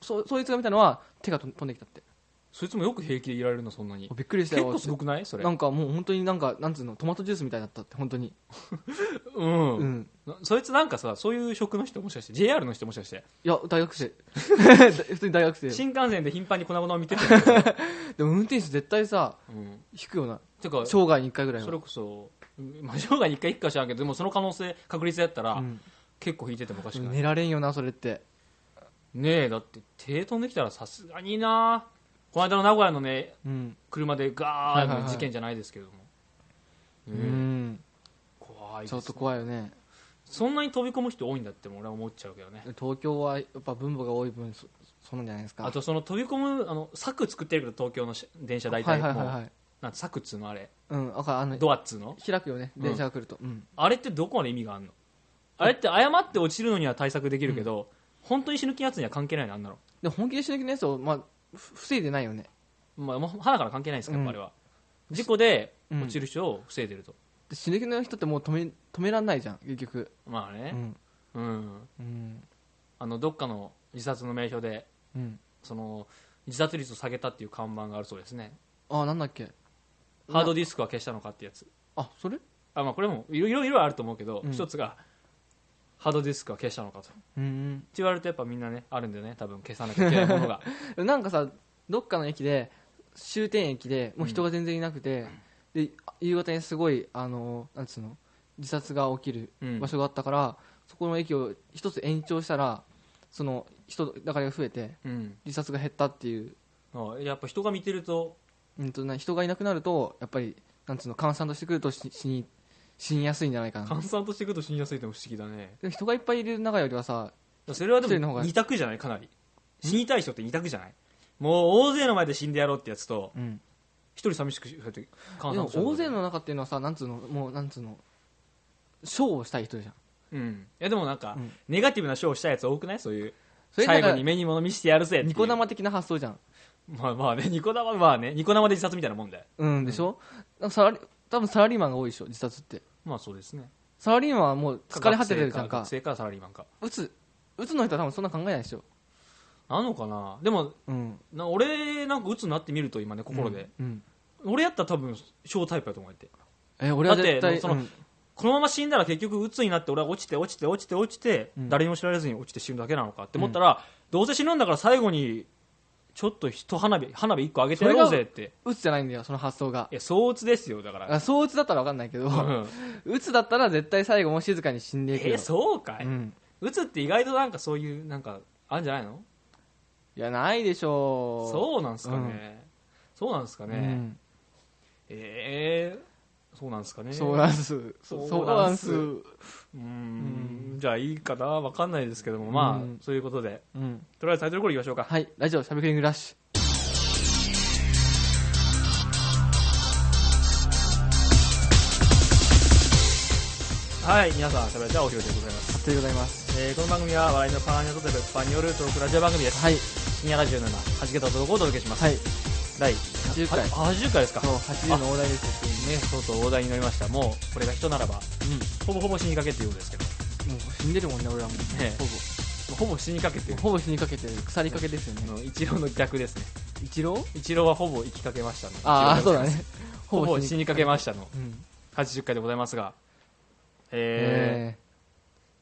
[SPEAKER 2] そそいつが見たのは手がと飛んできたって
[SPEAKER 1] そいつもよく平気でいられるのそんなに
[SPEAKER 2] びっくりした
[SPEAKER 1] 結
[SPEAKER 2] よ
[SPEAKER 1] 構すごくないそれ
[SPEAKER 2] なんかもう本当になんかなんつうのトマトジュースみたいだったって本当に
[SPEAKER 1] うん、
[SPEAKER 2] うん
[SPEAKER 1] なそいつなんかさそういう職の人もしかして JR の人もしかして
[SPEAKER 2] いや大 学生普通に大学生
[SPEAKER 1] 新幹線で頻繁に粉々を見てて、
[SPEAKER 2] でも運転手絶対さ
[SPEAKER 1] うん、
[SPEAKER 2] 引くよな
[SPEAKER 1] てか
[SPEAKER 2] 生涯に1回ぐらいは
[SPEAKER 1] それこそ、まあ、 生涯に一回行くか知らんけどでもその可能性確率やったら、
[SPEAKER 2] うん
[SPEAKER 1] 結構引いててもおかしくない、
[SPEAKER 2] 寝られんよなそれって
[SPEAKER 1] ねえだって手飛んできたらさすがになこの間の名古屋のね
[SPEAKER 2] うん、
[SPEAKER 1] 車でガー
[SPEAKER 2] はいはい
[SPEAKER 1] ッ
[SPEAKER 2] は
[SPEAKER 1] の
[SPEAKER 2] い
[SPEAKER 1] 事件じゃないですけども、
[SPEAKER 2] う
[SPEAKER 1] ねえ
[SPEAKER 2] ん
[SPEAKER 1] 怖いです
[SPEAKER 2] ちょ
[SPEAKER 1] ね
[SPEAKER 2] っと怖いよね
[SPEAKER 1] そんなに飛び込む人多いんだっても俺は思っちゃうけどね
[SPEAKER 2] 東京はやっぱ分母が多い分そそうなんじゃないですか
[SPEAKER 1] あとその飛び込むあの柵作ってるけど東京のし電車大
[SPEAKER 2] は
[SPEAKER 1] 体
[SPEAKER 2] い
[SPEAKER 1] もう、
[SPEAKER 2] はいはいはい
[SPEAKER 1] なんて柵っつうのあれ
[SPEAKER 2] うんだからあの
[SPEAKER 1] ドアっつうの
[SPEAKER 2] 開くよね電車が来るとうん
[SPEAKER 1] あれってどこまで意味があるのあれって誤って落ちるのには対策できるけど、本当に死ぬ気のやつには関係ないのあんなの、
[SPEAKER 2] で本気で死ぬ気のやつをまあふ防いでないよね
[SPEAKER 1] まあ、もう花から関係ないですけど、
[SPEAKER 2] うん
[SPEAKER 1] あれは事故で
[SPEAKER 2] うん
[SPEAKER 1] 落ちる人を防いでると、
[SPEAKER 2] で死ぬ気の人ってもう止め止めらんないじゃん結局
[SPEAKER 1] まあ
[SPEAKER 2] う
[SPEAKER 1] ね、
[SPEAKER 2] ん
[SPEAKER 1] うん
[SPEAKER 2] うん
[SPEAKER 1] あのどっかの自殺の名所で
[SPEAKER 2] うん
[SPEAKER 1] その自殺率を下げたっていう看板があるそうですね
[SPEAKER 2] あなんだっけ
[SPEAKER 1] ハードディスクは消したのかってやつ
[SPEAKER 2] あそれ
[SPEAKER 1] あ、まあ、これもいろいろいろあると思うけど、
[SPEAKER 2] うん
[SPEAKER 1] 一つがハードディスクは消したのかとって
[SPEAKER 2] うん
[SPEAKER 1] 言われるとやっぱみんなねあるんだよね多分消さなきゃいけないもの が
[SPEAKER 2] なんかさどっかの駅で終点駅でもう人が全然いなくて、で夕方にすごいあのなんつうの自殺が起きる
[SPEAKER 1] うん
[SPEAKER 2] 場所があったから、そこの駅を一つ延長したらその人だかりが増えて
[SPEAKER 1] うん
[SPEAKER 2] 自殺が減ったっていう、
[SPEAKER 1] あやっぱ人が見てると
[SPEAKER 2] うん、とな人がいなくなるとやっぱりなんつうの閑散としてくるとし死に死にやすいんじゃないかな
[SPEAKER 1] 閑散としてくると死にやすいっても不思議だね
[SPEAKER 2] でも人がいっぱいいる中よりはさ
[SPEAKER 1] それはで
[SPEAKER 2] 一人の方
[SPEAKER 1] も
[SPEAKER 2] が
[SPEAKER 1] 二択じゃないかなり死にたい人って二択じゃないもう大勢の前で死んでやろうってやつと
[SPEAKER 2] うん、
[SPEAKER 1] 一人寂しくしそうやって
[SPEAKER 2] で
[SPEAKER 1] 閑散
[SPEAKER 2] も
[SPEAKER 1] として
[SPEAKER 2] 大勢の中っていうのはさなんつうのもうなんつうのショーをしたい人じゃん
[SPEAKER 1] うんいやでもなんか、
[SPEAKER 2] うん
[SPEAKER 1] ネガティブなショーをしたやつ多くないそういう
[SPEAKER 2] それなん
[SPEAKER 1] 最
[SPEAKER 2] か
[SPEAKER 1] 後に目に物見せてやるぜっていう
[SPEAKER 2] ニコ生的な発想じゃん
[SPEAKER 1] まあまあねニコ生まあねニコ生で自殺みたいなもんだよ
[SPEAKER 2] うんでしょ、なんかサラリ多分サラリーマンが多いでしょ自殺って
[SPEAKER 1] まあそうですね
[SPEAKER 2] サラリーマンはもう疲れ果ててるじゃんか
[SPEAKER 1] 学生か学生かサラリーマンか
[SPEAKER 2] うつうつの人は多分そんな考えないでしょ
[SPEAKER 1] なのかなでも
[SPEAKER 2] うん
[SPEAKER 1] な俺なんか鬱になってみると今ね心で、、
[SPEAKER 2] うん、
[SPEAKER 1] 俺やったら多分小タイプやと思うやって
[SPEAKER 2] え俺は絶
[SPEAKER 1] だっ
[SPEAKER 2] 対
[SPEAKER 1] てその
[SPEAKER 2] うん
[SPEAKER 1] このまま死んだら結局鬱になって俺は落ちて落ちて落ちて落ちて、
[SPEAKER 2] うん
[SPEAKER 1] 誰にも知られずに落ちて死ぬだけなのかって思ったら、どうせ死ぬんだから最後にちょっと一花火花火一個あげてやろうぜって
[SPEAKER 2] うつじゃないんだよその発想が
[SPEAKER 1] いや相鬱ですよだから、
[SPEAKER 2] あそううつだったら分かんないけど、
[SPEAKER 1] うん
[SPEAKER 2] うつだったら絶対最後も静かに死んでいくよ
[SPEAKER 1] えそうかい、
[SPEAKER 2] うん、
[SPEAKER 1] 鬱って意外となんかそういうなんかあるんじゃないの
[SPEAKER 2] いやないでしょ
[SPEAKER 1] そうなんですかね、そうなんですかね、
[SPEAKER 2] うん
[SPEAKER 1] えー、そうなんですかね
[SPEAKER 2] そうなんすそ
[SPEAKER 1] そうう
[SPEAKER 2] な
[SPEAKER 1] なんん
[SPEAKER 2] す
[SPEAKER 1] すうーんじゃあいいかなわかんないですけどもまあ、
[SPEAKER 2] うん
[SPEAKER 1] そういうことで
[SPEAKER 2] うん
[SPEAKER 1] とりあえずタイトルコールいきましょうか
[SPEAKER 2] はいラジオしゃべくりングラッシ
[SPEAKER 1] はい皆さんしゃべれたおひろでございます、
[SPEAKER 2] ュということでございます
[SPEAKER 1] えーこの番組は笑いのパワーニャと別般によるトークラジオ番組です
[SPEAKER 2] はい
[SPEAKER 1] 深夜ラジオのようなはじけた男をお届けします、
[SPEAKER 2] はい
[SPEAKER 1] 第
[SPEAKER 2] 80回
[SPEAKER 1] あ80回ですか
[SPEAKER 2] そう80の大台ですよ
[SPEAKER 1] ねそうそう大台に乗りましたもうこれが人ならばほぼほぼ死にかけっていうことですけど
[SPEAKER 2] うんもう死んでるもんね俺らも
[SPEAKER 1] ね
[SPEAKER 2] ほ
[SPEAKER 1] ほぼ死にかけってい
[SPEAKER 2] ぼ
[SPEAKER 1] う
[SPEAKER 2] ほぼ死にかけてる腐りかけですよ
[SPEAKER 1] あ
[SPEAKER 2] ね
[SPEAKER 1] の一郎の逆ですね
[SPEAKER 2] 一郎
[SPEAKER 1] 一郎はほぼ生きかけましたの
[SPEAKER 2] ああ
[SPEAKER 1] 一郎
[SPEAKER 2] そう
[SPEAKER 1] でご
[SPEAKER 2] だ
[SPEAKER 1] ざい
[SPEAKER 2] ね
[SPEAKER 1] ますほぼ死にかけましたの
[SPEAKER 2] うん
[SPEAKER 1] 80回でございますがえー
[SPEAKER 2] え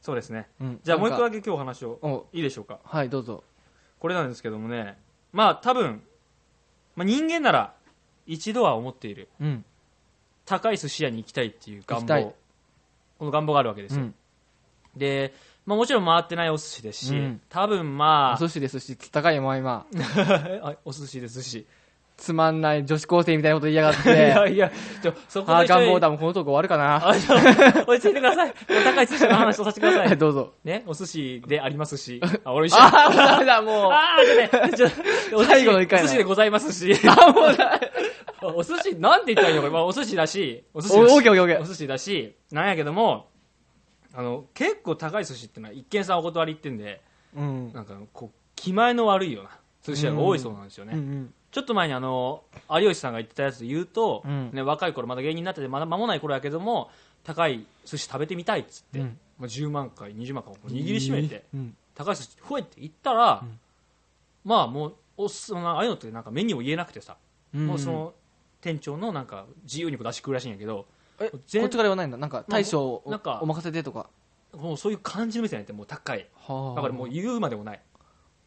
[SPEAKER 1] そうですね
[SPEAKER 2] えうん
[SPEAKER 1] じゃあもう一個
[SPEAKER 2] なん
[SPEAKER 1] だ
[SPEAKER 2] か
[SPEAKER 1] け今日お話を
[SPEAKER 2] お
[SPEAKER 1] いいでしょうか
[SPEAKER 2] はいどうぞ
[SPEAKER 1] これなんですけどもねまあ多分、まあ、人間なら一度は思っている
[SPEAKER 2] うん
[SPEAKER 1] 高い寿司屋に行きたいっていう願
[SPEAKER 2] 行きたい
[SPEAKER 1] 望この願望があるわけです
[SPEAKER 2] う
[SPEAKER 1] よ、
[SPEAKER 2] ん
[SPEAKER 1] で、まあ、もちろん回ってないお寿司ですし、
[SPEAKER 2] うん
[SPEAKER 1] 多分ま
[SPEAKER 2] お寿司ですし高いもん今
[SPEAKER 1] あ あお寿司ですし、
[SPEAKER 2] つまんない女子高生みたいなこと言いやがっ
[SPEAKER 1] いや
[SPEAKER 2] て
[SPEAKER 1] いやちょそこ
[SPEAKER 2] あ
[SPEAKER 1] で
[SPEAKER 2] あ願望
[SPEAKER 1] 緒
[SPEAKER 2] だ
[SPEAKER 1] に
[SPEAKER 2] もんこのトーク終わるかな
[SPEAKER 1] あちょ落ち着いてください高い寿司の話をさせてください
[SPEAKER 2] どうぞ
[SPEAKER 1] ねお寿司であります しあ俺一緒
[SPEAKER 2] ああダメだ もう
[SPEAKER 1] ああ、でね、ちょっと、
[SPEAKER 2] 最後の一回
[SPEAKER 1] お
[SPEAKER 2] な
[SPEAKER 1] 寿司でございます し。お寿司、なんて言ったらいいのか、まあ、お寿司だし、 お寿司だし
[SPEAKER 2] おオッケーオッケーオッケー
[SPEAKER 1] お寿司だし、なんやけども、あの、結構高い寿司ってのは、一見さんお断りってんで、
[SPEAKER 2] うん
[SPEAKER 1] なんか、こう、気前の悪いような寿司屋が多いそうなんですよね。
[SPEAKER 2] うん
[SPEAKER 1] ちょっと前にあの、有吉さんが言ってたやつで言うと、
[SPEAKER 2] うん
[SPEAKER 1] ね、若い頃、まだ芸人になってて、まだ間もない頃やけども、高い寿司食べてみたいっつって、
[SPEAKER 2] うん
[SPEAKER 1] まあ、10万回、20万回、握りしめて、
[SPEAKER 2] うん
[SPEAKER 1] 高橋さんほいって言ったら、
[SPEAKER 2] ん
[SPEAKER 1] まあもうおっそのああいうのってなんかメニューを言えなくてさ、
[SPEAKER 2] うん
[SPEAKER 1] もうその店長のなんか自由にこう出してくるらしいんやけど
[SPEAKER 2] えこっち
[SPEAKER 1] 全
[SPEAKER 2] から言わないんだなんか大将を
[SPEAKER 1] なんか
[SPEAKER 2] お任せでとか
[SPEAKER 1] もうそういう感じの店なんてもう高い
[SPEAKER 2] は
[SPEAKER 1] だからもう言うまでもない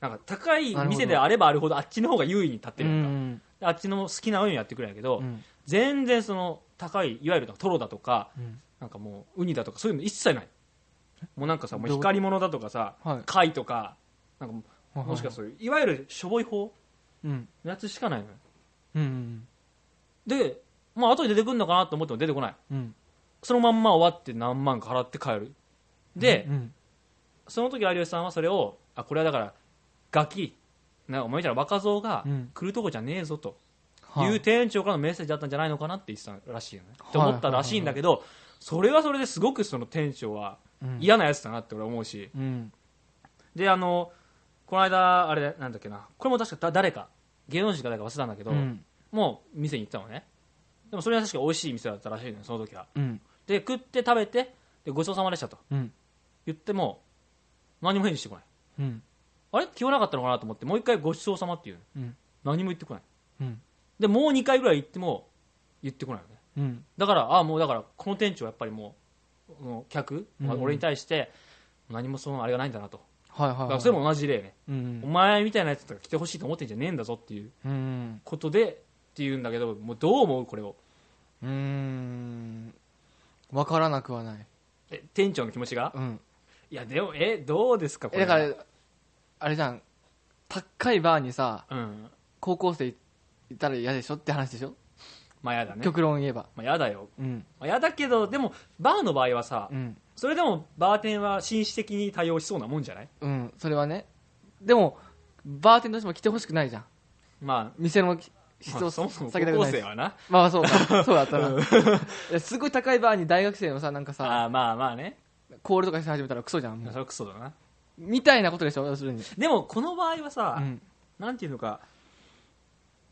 [SPEAKER 1] なんか高い
[SPEAKER 2] なるほど
[SPEAKER 1] 店であればあるほどあっちの方が優位に立って
[SPEAKER 2] う
[SPEAKER 1] るやんか、
[SPEAKER 2] ん
[SPEAKER 1] あっちの好きなようにやってくるんやけど、
[SPEAKER 2] うん
[SPEAKER 1] 全然その高いいわゆるなんかトロだとか
[SPEAKER 2] うん
[SPEAKER 1] なんかもうウニだとかそういうの一切ないもうなんかさもう
[SPEAKER 2] どう
[SPEAKER 1] 光り物だとかさ、
[SPEAKER 2] はい
[SPEAKER 1] 貝とかなんかもうもしかするいわゆるしょぼい方
[SPEAKER 2] うん
[SPEAKER 1] のやつしかないのよ
[SPEAKER 2] うん
[SPEAKER 1] で、まあ後で出てくるのかなと思っても出てこない
[SPEAKER 2] うん
[SPEAKER 1] そのまんま終わって何万か払って帰るで、
[SPEAKER 2] うん
[SPEAKER 1] その時有吉さんはそれをあこれはだからガキなんかお前みたいな若造が
[SPEAKER 2] うん
[SPEAKER 1] 来るとこじゃねえぞと
[SPEAKER 2] はいいう
[SPEAKER 1] 店長からのメッセージだったんじゃないのかなって言ってたらしいよね、
[SPEAKER 2] はい
[SPEAKER 1] って思ったらしいんだけど、それはそれですごくその店長は
[SPEAKER 2] うん
[SPEAKER 1] 嫌なやつだなって俺は思うし
[SPEAKER 2] うん
[SPEAKER 1] であのこの間あれなんだっけなこれも確かだ誰か芸能人か誰か忘れたんだけど、
[SPEAKER 2] うん
[SPEAKER 1] もう店に行ったのねでもそれは確か美味しい店だったらしいのよその時は
[SPEAKER 2] うん
[SPEAKER 1] で食って食べてでごちそうさまでしたと
[SPEAKER 2] うん
[SPEAKER 1] 言っても何も返事してこない
[SPEAKER 2] うん
[SPEAKER 1] あれ聞こえなかったのかなと思ってもう一回ごちそうさまっていう、
[SPEAKER 2] うん
[SPEAKER 1] 何も言ってこない
[SPEAKER 2] うん
[SPEAKER 1] でもう2回ぐらい言っても言ってこないよね
[SPEAKER 2] うん
[SPEAKER 1] だからああもうだからこの店長はやっぱりもうこの客、
[SPEAKER 2] うん
[SPEAKER 1] 俺に対して何もそのあれがないんだなと
[SPEAKER 2] はいは
[SPEAKER 1] だ
[SPEAKER 2] い
[SPEAKER 1] か
[SPEAKER 2] は
[SPEAKER 1] ら
[SPEAKER 2] い
[SPEAKER 1] それも同じ例ね、
[SPEAKER 2] うん
[SPEAKER 1] お前みたいなやつとか来てほしいと思ってんじゃねえんだぞっていう
[SPEAKER 2] うん
[SPEAKER 1] ことでっていうんだけどもうどう思うこれを
[SPEAKER 2] うんわからなくはない
[SPEAKER 1] え店長の気持ちが
[SPEAKER 2] うん
[SPEAKER 1] いやでもえどうですかこ
[SPEAKER 2] え
[SPEAKER 1] れ
[SPEAKER 2] だからあれじゃん高いバーにさ
[SPEAKER 1] らうん
[SPEAKER 2] 高校生いたら嫌でしょって話でしょ
[SPEAKER 1] まあやだね
[SPEAKER 2] 極論言えば
[SPEAKER 1] まあやだよ
[SPEAKER 2] うん
[SPEAKER 1] まあやだけどでもバーの場合はさ
[SPEAKER 2] うん
[SPEAKER 1] それでもバーテンは紳士的に対応しそうなもんじゃない
[SPEAKER 2] うんそれはねでもバーテンとしても来てほしくないじゃん
[SPEAKER 1] まあ
[SPEAKER 2] 店の質
[SPEAKER 1] ま
[SPEAKER 2] を
[SPEAKER 1] あそもそ
[SPEAKER 2] 下
[SPEAKER 1] も高
[SPEAKER 2] げたく
[SPEAKER 1] 校
[SPEAKER 2] ない
[SPEAKER 1] 生
[SPEAKER 2] し
[SPEAKER 1] はな
[SPEAKER 2] まあそう かそうだったな、いやすごい高いバーに大学生のさなんかさ
[SPEAKER 1] ああまあまあね
[SPEAKER 2] コールとかし始めたらクソじゃんもう
[SPEAKER 1] それはクソだな
[SPEAKER 2] みたいなことでしょ要するに
[SPEAKER 1] でもこの場合は
[SPEAKER 2] う
[SPEAKER 1] さ
[SPEAKER 2] ん
[SPEAKER 1] なんていうのか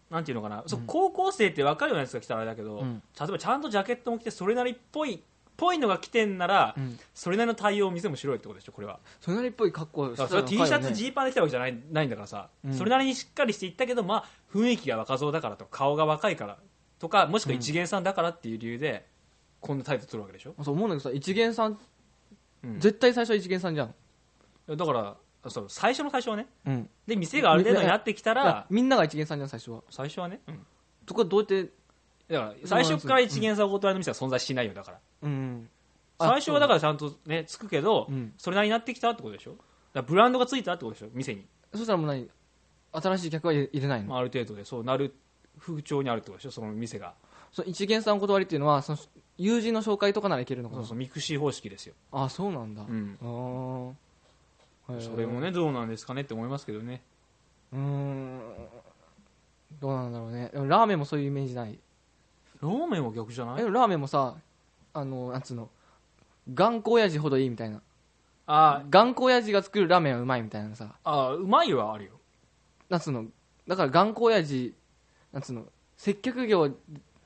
[SPEAKER 1] なんていうのかな、そう高校生って若いようなやつが来たらあれだけど、
[SPEAKER 2] うん
[SPEAKER 1] 例えばちゃんとジャケットも着てそれなりっぽいぽいのが来てんなら、
[SPEAKER 2] うん
[SPEAKER 1] それなりの対応を見せもしろよってことでしょこれは
[SPEAKER 2] それなりっぽい格好を
[SPEAKER 1] だか
[SPEAKER 2] した
[SPEAKER 1] らそれは T シャツ
[SPEAKER 2] ジ
[SPEAKER 1] ジーパンで来たわけじゃないないんだからさ、
[SPEAKER 2] うん
[SPEAKER 1] それなりにしっかりしていったけど、まあ、雰囲気が若造だからとか顔が若いからとかもしくは一元さんだからっていう理由でこんな態度取るわけでしょ、
[SPEAKER 2] そう思うんだけどさ一元さん、
[SPEAKER 1] うん
[SPEAKER 2] 絶対最初は一元さんじゃん、
[SPEAKER 1] だからそう最初の最初はね
[SPEAKER 2] うん、
[SPEAKER 1] で店がある程度になってきた
[SPEAKER 2] いや
[SPEAKER 1] ら
[SPEAKER 2] みんなが一元さんじゃん最初は
[SPEAKER 1] 最初はね、うん
[SPEAKER 2] とかどうやって
[SPEAKER 1] だから最初から一元さんを断りの店は存在しないよだから
[SPEAKER 2] うんあ
[SPEAKER 1] 最初はだからちゃんとねつくけど、
[SPEAKER 2] うん
[SPEAKER 1] それなりになってきたってことでしょだからブランドがついたってことでしょ店に、
[SPEAKER 2] そしたらもう何新しい客は入れないの、
[SPEAKER 1] まあ、ある程度でそうなる風潮にあるってことでしょその店が、
[SPEAKER 2] その一元さんお断りっていうのはその友人の紹介とかならいけるのか
[SPEAKER 1] そ
[SPEAKER 2] な
[SPEAKER 1] うそうミクシー方式ですよ、
[SPEAKER 2] あそうなんだ、あ
[SPEAKER 1] うん
[SPEAKER 2] ーへー
[SPEAKER 1] それもねどうなんですかねって思いますけどね
[SPEAKER 2] うーんどうなんだろうねでもラーメンもそういうイメージない
[SPEAKER 1] ラーメンは逆じゃない
[SPEAKER 2] でもラーメンもさあのなんつうの頑固親父ほどいいみたいな
[SPEAKER 1] あー
[SPEAKER 2] 頑固親父が作るラーメンはうまいみたいなさ
[SPEAKER 1] あーうまいはあるよ
[SPEAKER 2] なんつうのだから頑固親父なんつうの接客業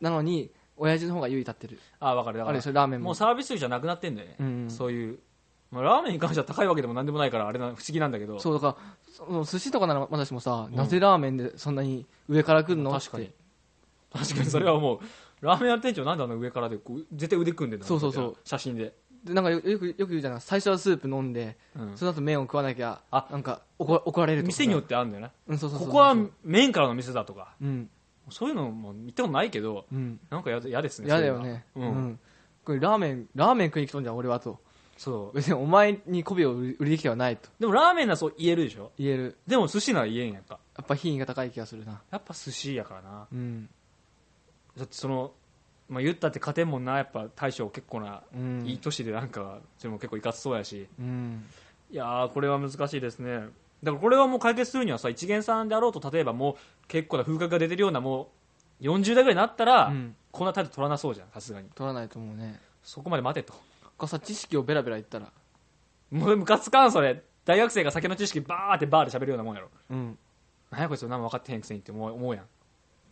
[SPEAKER 2] なのに親父の方が優位立ってる
[SPEAKER 1] ああ分かるだ
[SPEAKER 2] あ
[SPEAKER 1] か
[SPEAKER 2] れ
[SPEAKER 1] ら
[SPEAKER 2] でしょラーメンも
[SPEAKER 1] もうサービス料じゃなくなってんだよね、
[SPEAKER 2] うんうん
[SPEAKER 1] そういう、まあ、ラーメンに関しては高いわけでもなんでもないからあれな不思議なんだけど
[SPEAKER 2] そうだからその寿司とかならまだしもさ、なぜラーメンでそんなに上から来るの
[SPEAKER 1] 確かに
[SPEAKER 2] って
[SPEAKER 1] 確かにそれはもうラーメン屋の店長なんであの上からでこう絶対腕組んでんだろ
[SPEAKER 2] そうそうそう
[SPEAKER 1] 写真で、
[SPEAKER 2] でなんかよよくよく言うじゃない最初はスープ飲んで、
[SPEAKER 1] うん
[SPEAKER 2] その後麺を食わなきゃ
[SPEAKER 1] あ
[SPEAKER 2] なんか怒怒られるとかさ
[SPEAKER 1] 店によってあるんだよね
[SPEAKER 2] うんそうそうそう
[SPEAKER 1] こ
[SPEAKER 2] そう
[SPEAKER 1] こは麺からの店だとか
[SPEAKER 2] うん
[SPEAKER 1] そういうのも言ったことないけど
[SPEAKER 2] うん
[SPEAKER 1] なんかやだ嫌ですね
[SPEAKER 2] 嫌だよね
[SPEAKER 1] そういうのは
[SPEAKER 2] う
[SPEAKER 1] うん
[SPEAKER 2] んこれラーメンラーメン食いに来とんじゃん俺はと
[SPEAKER 1] そう
[SPEAKER 2] 別にお前に媚びを売り売りに来てはないと
[SPEAKER 1] でもラーメンならそう言えるでしょ
[SPEAKER 2] 言える
[SPEAKER 1] でも寿司なら言えんやんか
[SPEAKER 2] やっぱ品位が高い気がするな
[SPEAKER 1] やっぱ寿司やからな
[SPEAKER 2] うん
[SPEAKER 1] だってその、まあ、言ったって勝てんもんなやっぱ大将結構な、
[SPEAKER 2] うん
[SPEAKER 1] いい年でなんかそれも結構いかつそうやし
[SPEAKER 2] うん
[SPEAKER 1] いやーこれは難しいですねだからこれはもう解決するにはさ一元さんであろうと例えばもう結構な風格が出てるようなもう40代ぐらいになったら、
[SPEAKER 2] うん
[SPEAKER 1] こんな態度取らなそうじゃんさすがに
[SPEAKER 2] 取らないと思うね
[SPEAKER 1] そこまで待てと
[SPEAKER 2] 他さ知識をベラベラ言ったら
[SPEAKER 1] もうムカつかんそれ大学生が酒の知識バーってバーで喋るようなもんやろ
[SPEAKER 2] うん
[SPEAKER 1] 何やこいつ何も分かってへんくせにって思う思うやん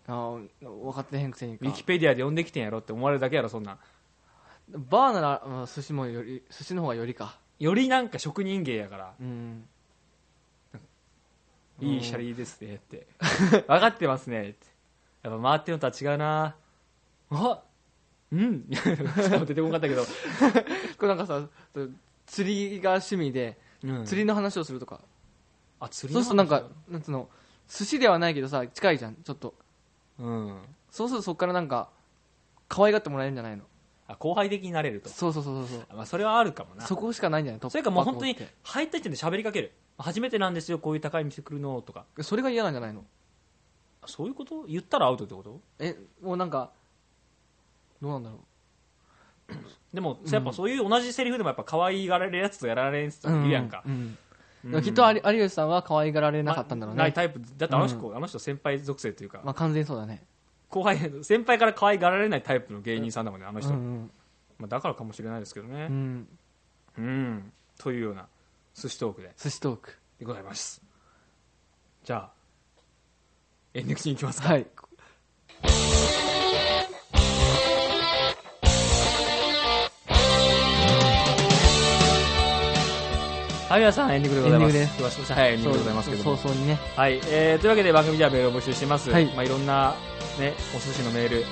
[SPEAKER 2] あー分かってへんくせに
[SPEAKER 1] ウ
[SPEAKER 2] か
[SPEAKER 1] ィキペディアで読んできてんやろって思われるだけやろそんなん
[SPEAKER 2] バーなら、まあ、寿司もより寿司の方がよりか
[SPEAKER 1] よりなんか職人芸やから
[SPEAKER 2] うん
[SPEAKER 1] いいシャリですね って。分かってますねって。やっぱ回ってるのとは違うなあうん。ちょっと出てこなかったけど。
[SPEAKER 2] これなんかさそう釣りが趣味で釣
[SPEAKER 1] 釣り、
[SPEAKER 2] りの話をするとか、
[SPEAKER 1] あ、釣り
[SPEAKER 2] そう
[SPEAKER 1] の
[SPEAKER 2] するとなんかなんつうの寿司ではないけどさ近いじゃんちょっと
[SPEAKER 1] うん。
[SPEAKER 2] そうするとそこからなんか可愛がってもらえるんじゃないの
[SPEAKER 1] あ、後輩的になれると。
[SPEAKER 2] そうそうそうそうそう
[SPEAKER 1] まあ、それはあるかもな。
[SPEAKER 2] そこしかないんじゃない
[SPEAKER 1] それかもう本当に
[SPEAKER 2] 突破口っ
[SPEAKER 1] 入った時点で喋りかける。初めてなんですよ、こういう高い店来るのとか。
[SPEAKER 2] てそれが嫌なんじゃないの
[SPEAKER 1] あそういうこと言ったらアウトってこと
[SPEAKER 2] えもうなんかどうなんだろ
[SPEAKER 1] でも、やっぱそういう同じセリフでもやっぱ可愛がられるやつとやられるやつ
[SPEAKER 2] う、
[SPEAKER 1] と
[SPEAKER 2] う
[SPEAKER 1] いるやんか。
[SPEAKER 2] うん
[SPEAKER 1] うん
[SPEAKER 2] きっと有有吉さんは可愛がられなかったんだろうね
[SPEAKER 1] まないタイプ。だってあの人、あの人先輩属性というか
[SPEAKER 2] ま、あ完全にそうだね
[SPEAKER 1] 後輩先輩から可愛がられないタイプの芸人さんだもんねあの人、
[SPEAKER 2] うん
[SPEAKER 1] まあ、だからかもしれないですけど
[SPEAKER 2] うん、
[SPEAKER 1] ね
[SPEAKER 2] うん、
[SPEAKER 1] うん、というような寿司トークで
[SPEAKER 2] 寿司トーク
[SPEAKER 1] でございますじゃあエンディングに行きます か、
[SPEAKER 2] はい
[SPEAKER 1] はい皆さんエンディングでございます
[SPEAKER 2] エンディング
[SPEAKER 1] よろしくお願いしますはいエンディングでございますけども
[SPEAKER 2] そうそうにね
[SPEAKER 1] はい、えーというわけで番組ではメールを募集してます、
[SPEAKER 2] はい
[SPEAKER 1] いまあ、いろんな、ね、お寿司のメール
[SPEAKER 2] うん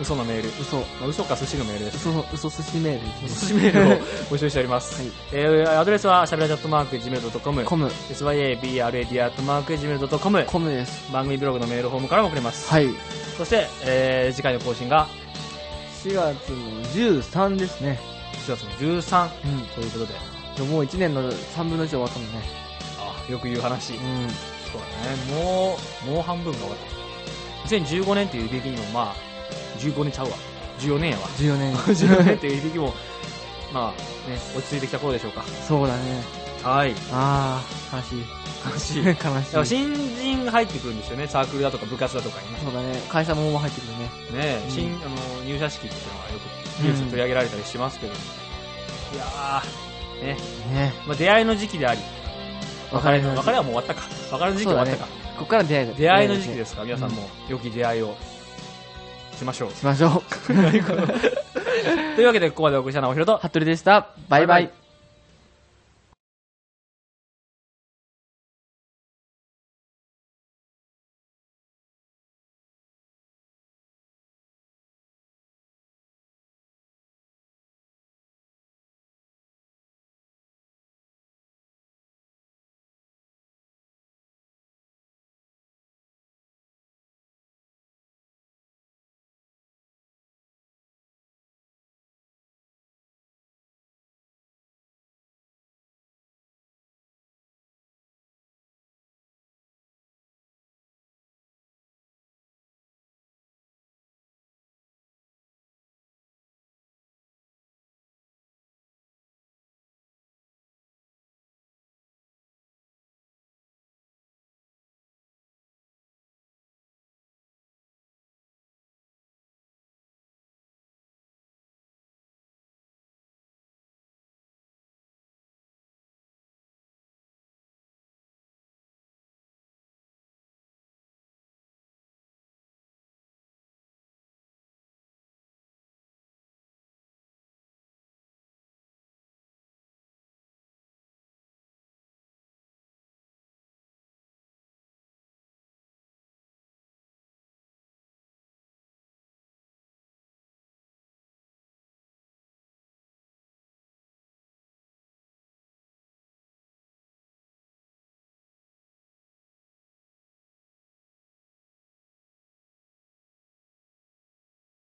[SPEAKER 1] 嘘のメール、
[SPEAKER 2] 嘘
[SPEAKER 1] まあ、嘘か寿司のメールです
[SPEAKER 2] 嘘嘘寿司メールいきま
[SPEAKER 1] 寿
[SPEAKER 2] す
[SPEAKER 1] 司メール を募集しております、
[SPEAKER 2] はい
[SPEAKER 1] えーアドレスはしゃべらチャットマーク Gmail.com
[SPEAKER 2] コム
[SPEAKER 1] syabrad.gmail.com
[SPEAKER 2] コムです
[SPEAKER 1] 番組ブログのメールフォームからも送れます、
[SPEAKER 2] はい
[SPEAKER 1] そして、えー次回の更新が
[SPEAKER 2] 4月の13ですね
[SPEAKER 1] 4月の13
[SPEAKER 2] うん
[SPEAKER 1] ということで
[SPEAKER 2] でももう1年の3分の1終わったもんね
[SPEAKER 1] あよく言う話、そう
[SPEAKER 2] うん
[SPEAKER 1] だねもうもう半分が終わった2015年という響きにもまあ15年ちゃうわ14年や わ
[SPEAKER 2] 14年
[SPEAKER 1] 14年という響きもまあね落ち着いてきた頃でしょうか
[SPEAKER 2] そうだね
[SPEAKER 1] はい
[SPEAKER 2] ああ悲しい
[SPEAKER 1] 悲しい
[SPEAKER 2] 悲
[SPEAKER 1] だ
[SPEAKER 2] し
[SPEAKER 1] から
[SPEAKER 2] いそう
[SPEAKER 1] 新人が入ってくるんですよねサークルだとか部活だとかにね
[SPEAKER 2] だね会社ももう入ってくるね
[SPEAKER 1] ね、
[SPEAKER 2] うん
[SPEAKER 1] 新あの入社式っていうのがよくニュースで取り上げられたりしますけど、いやーね
[SPEAKER 2] ね
[SPEAKER 1] まあ、出会いの時期であり
[SPEAKER 2] 別れ
[SPEAKER 1] 別
[SPEAKER 2] の
[SPEAKER 1] れはもう終わったか別れの時期終わったか、
[SPEAKER 2] ここから出会いだ
[SPEAKER 1] 出会いの時期ですすから皆さんも良き出会いをしましょう
[SPEAKER 2] しましょう
[SPEAKER 1] というわけでここまでお送りしたのはおひろと
[SPEAKER 2] 服部でしたバイバイ